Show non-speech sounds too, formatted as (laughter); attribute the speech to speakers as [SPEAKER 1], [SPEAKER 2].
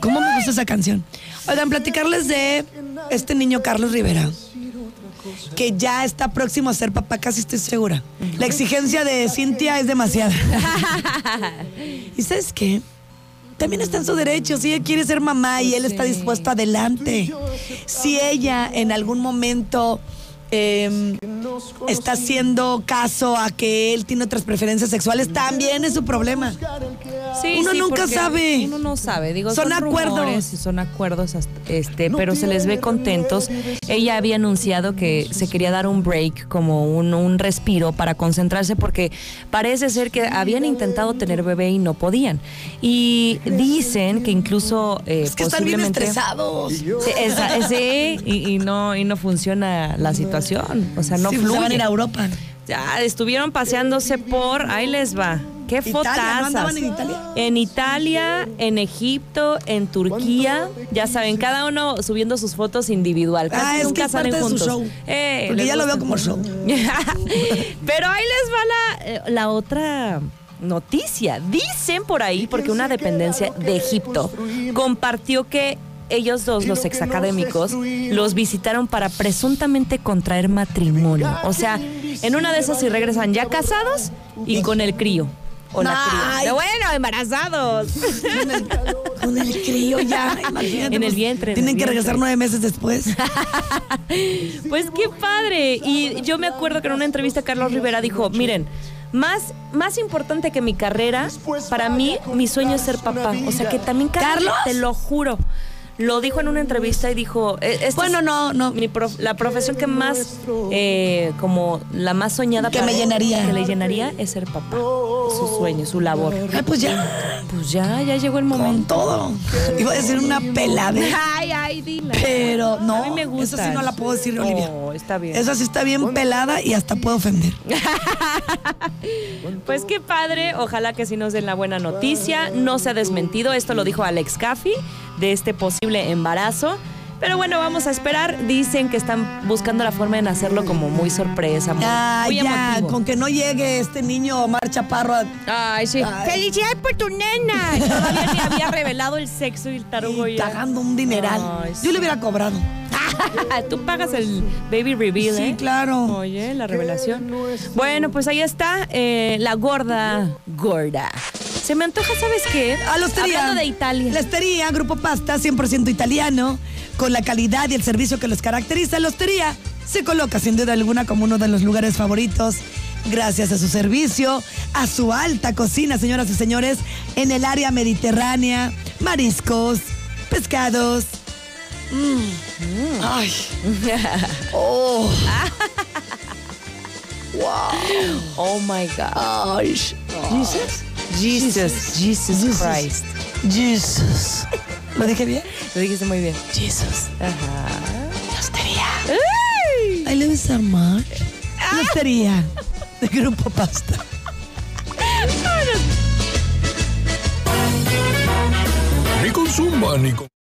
[SPEAKER 1] preciosa esa canción. Oigan, platicarles de este niño Carlos Rivera, que ya está próximo a ser papá, casi estoy segura. La exigencia de Cintia es demasiada. ¿Y sabes qué? También está en su derecho, si ella quiere ser mamá y él está dispuesto adelante. Si ella en algún momento eh, está haciendo caso a que él tiene otras preferencias sexuales, también es su problema.
[SPEAKER 2] Sí,
[SPEAKER 1] Uno
[SPEAKER 2] sí,
[SPEAKER 1] nunca
[SPEAKER 2] porque
[SPEAKER 1] sabe.
[SPEAKER 2] Uno no sabe. Digo,
[SPEAKER 1] Son
[SPEAKER 2] son,
[SPEAKER 1] acuerdos.
[SPEAKER 2] rumores, son acuerdos, hasta- este, pero se les ve contentos. Ella había anunciado que se quería dar un break, como un, un respiro para concentrarse, porque parece ser que habían intentado tener bebé y no podían. Y dicen que incluso eh,
[SPEAKER 1] Es que están bien
[SPEAKER 2] posiblemente-
[SPEAKER 1] estresados.
[SPEAKER 2] Sí, esa- sí, y, y no y no funciona la situación, o sea, no
[SPEAKER 1] Sí, pues, se
[SPEAKER 2] fluye.
[SPEAKER 1] van a ir a Europa.
[SPEAKER 2] Ya, estuvieron paseándose por, ahí les va. Qué
[SPEAKER 1] Italia, ¿no
[SPEAKER 2] fotazas.
[SPEAKER 1] andaban en Italia?
[SPEAKER 2] En Italia, en Egipto, en Turquía, ya saben, cada uno subiendo sus fotos individual. Casi
[SPEAKER 1] Ah, es que
[SPEAKER 2] nunca
[SPEAKER 1] es
[SPEAKER 2] salen
[SPEAKER 1] parte de su
[SPEAKER 2] juntos.
[SPEAKER 1] show.
[SPEAKER 2] Eh,
[SPEAKER 1] Porque
[SPEAKER 2] les
[SPEAKER 1] ya lo
[SPEAKER 2] gusta.
[SPEAKER 1] veo como show.
[SPEAKER 2] (laughs) Pero ahí les va la, eh, la otra noticia. Dicen por ahí, porque una dependencia de Egipto compartió que ellos dos, los exacadémicos, los visitaron para presuntamente contraer matrimonio. O sea, en una de esas sí regresan ya casados y con el crío. O la cría.
[SPEAKER 1] Ay.
[SPEAKER 2] Pero bueno, embarazados.
[SPEAKER 1] Con el crío ya, imagínate.
[SPEAKER 2] (laughs) En el
[SPEAKER 1] pues,
[SPEAKER 2] vientre, en
[SPEAKER 1] Tienen
[SPEAKER 2] el
[SPEAKER 1] que
[SPEAKER 2] vientre.
[SPEAKER 1] regresar nueve meses
[SPEAKER 2] (laughs)
[SPEAKER 1] después.
[SPEAKER 2] Pues qué padre. Y yo me acuerdo que en una entrevista Carlos Rivera dijo, miren, más, más importante que mi carrera, para mí, mi sueño es ser papá. O sea que también Carlos,
[SPEAKER 1] ¿Carlos?
[SPEAKER 2] te lo juro. Lo dijo en una entrevista y dijo, "E- esta es
[SPEAKER 1] Bueno, no, no.
[SPEAKER 2] mi prof- la profesión que más, eh, como la más soñada
[SPEAKER 1] Que
[SPEAKER 2] para
[SPEAKER 1] me
[SPEAKER 2] él,
[SPEAKER 1] llenaría.
[SPEAKER 2] Que le llenaría es ser papá. Su sueño, su labor.
[SPEAKER 1] Ay, pues ya,
[SPEAKER 2] Pues ya, ya llegó el
[SPEAKER 1] con
[SPEAKER 2] momento.
[SPEAKER 1] todo. Iba a decir una peladera.
[SPEAKER 2] Ay, ay, dila.
[SPEAKER 1] Pero no,
[SPEAKER 2] A mí me gusta. Oh.
[SPEAKER 1] esa sí no la puedo decir, Olivia.
[SPEAKER 2] está bien.
[SPEAKER 1] Esa sí está bien pelada y hasta puede
[SPEAKER 2] (laughs)
[SPEAKER 1] ofender.
[SPEAKER 2] Pues qué padre, ojalá que sí nos den la buena noticia. No se ha desmentido, esto lo dijo Alex Caffi, de este posible embarazo. Pero bueno, vamos a esperar. Dicen que están buscando la forma de hacerlo como muy sorpresa, muy,
[SPEAKER 1] Ya,
[SPEAKER 2] muy
[SPEAKER 1] ya,
[SPEAKER 2] emotivo.
[SPEAKER 1] con que no llegue este niño Omar Chaparro. a-
[SPEAKER 2] Ay, sí.
[SPEAKER 1] Ay.
[SPEAKER 2] ¡Felicidades por tu nena! (laughs) Todavía ni había revelado el sexo y el tarugo
[SPEAKER 1] y
[SPEAKER 2] ya.
[SPEAKER 1] pagando un dineral.
[SPEAKER 2] Ay,
[SPEAKER 1] Yo le hubiera cobrado.
[SPEAKER 2] (laughs) Tú pagas el baby reveal,
[SPEAKER 1] Sí,
[SPEAKER 2] ¿eh?
[SPEAKER 1] claro.
[SPEAKER 2] Oye, la revelación. Bueno, pues ahí está eh, la gorda gorda. Se me antoja, ¿sabes qué?
[SPEAKER 1] A la hostería.
[SPEAKER 2] Hablando de Italia.
[SPEAKER 1] La hostería, Grupo Pasta, 100% italiano, con la calidad y el servicio que los caracteriza. La hostería se coloca sin duda alguna como uno de los lugares favoritos. Gracias a su servicio, a su alta cocina, señoras y señores, en el área mediterránea, mariscos, pescados. Mm. Ay.
[SPEAKER 2] (laughs)
[SPEAKER 1] Oh.
[SPEAKER 2] (laughs) Oh my God.
[SPEAKER 1] Ay. Jesus.
[SPEAKER 2] Jesus, Jesus, Christ.
[SPEAKER 1] Jesus. ¿Lo dije bien?
[SPEAKER 2] Lo dijiste muy bien.
[SPEAKER 1] Jesus.
[SPEAKER 2] Ajá.
[SPEAKER 1] La hostería. I love you so much. Lotería de Grupo Pasta.
[SPEAKER 3] Ni con Zumba, ni con...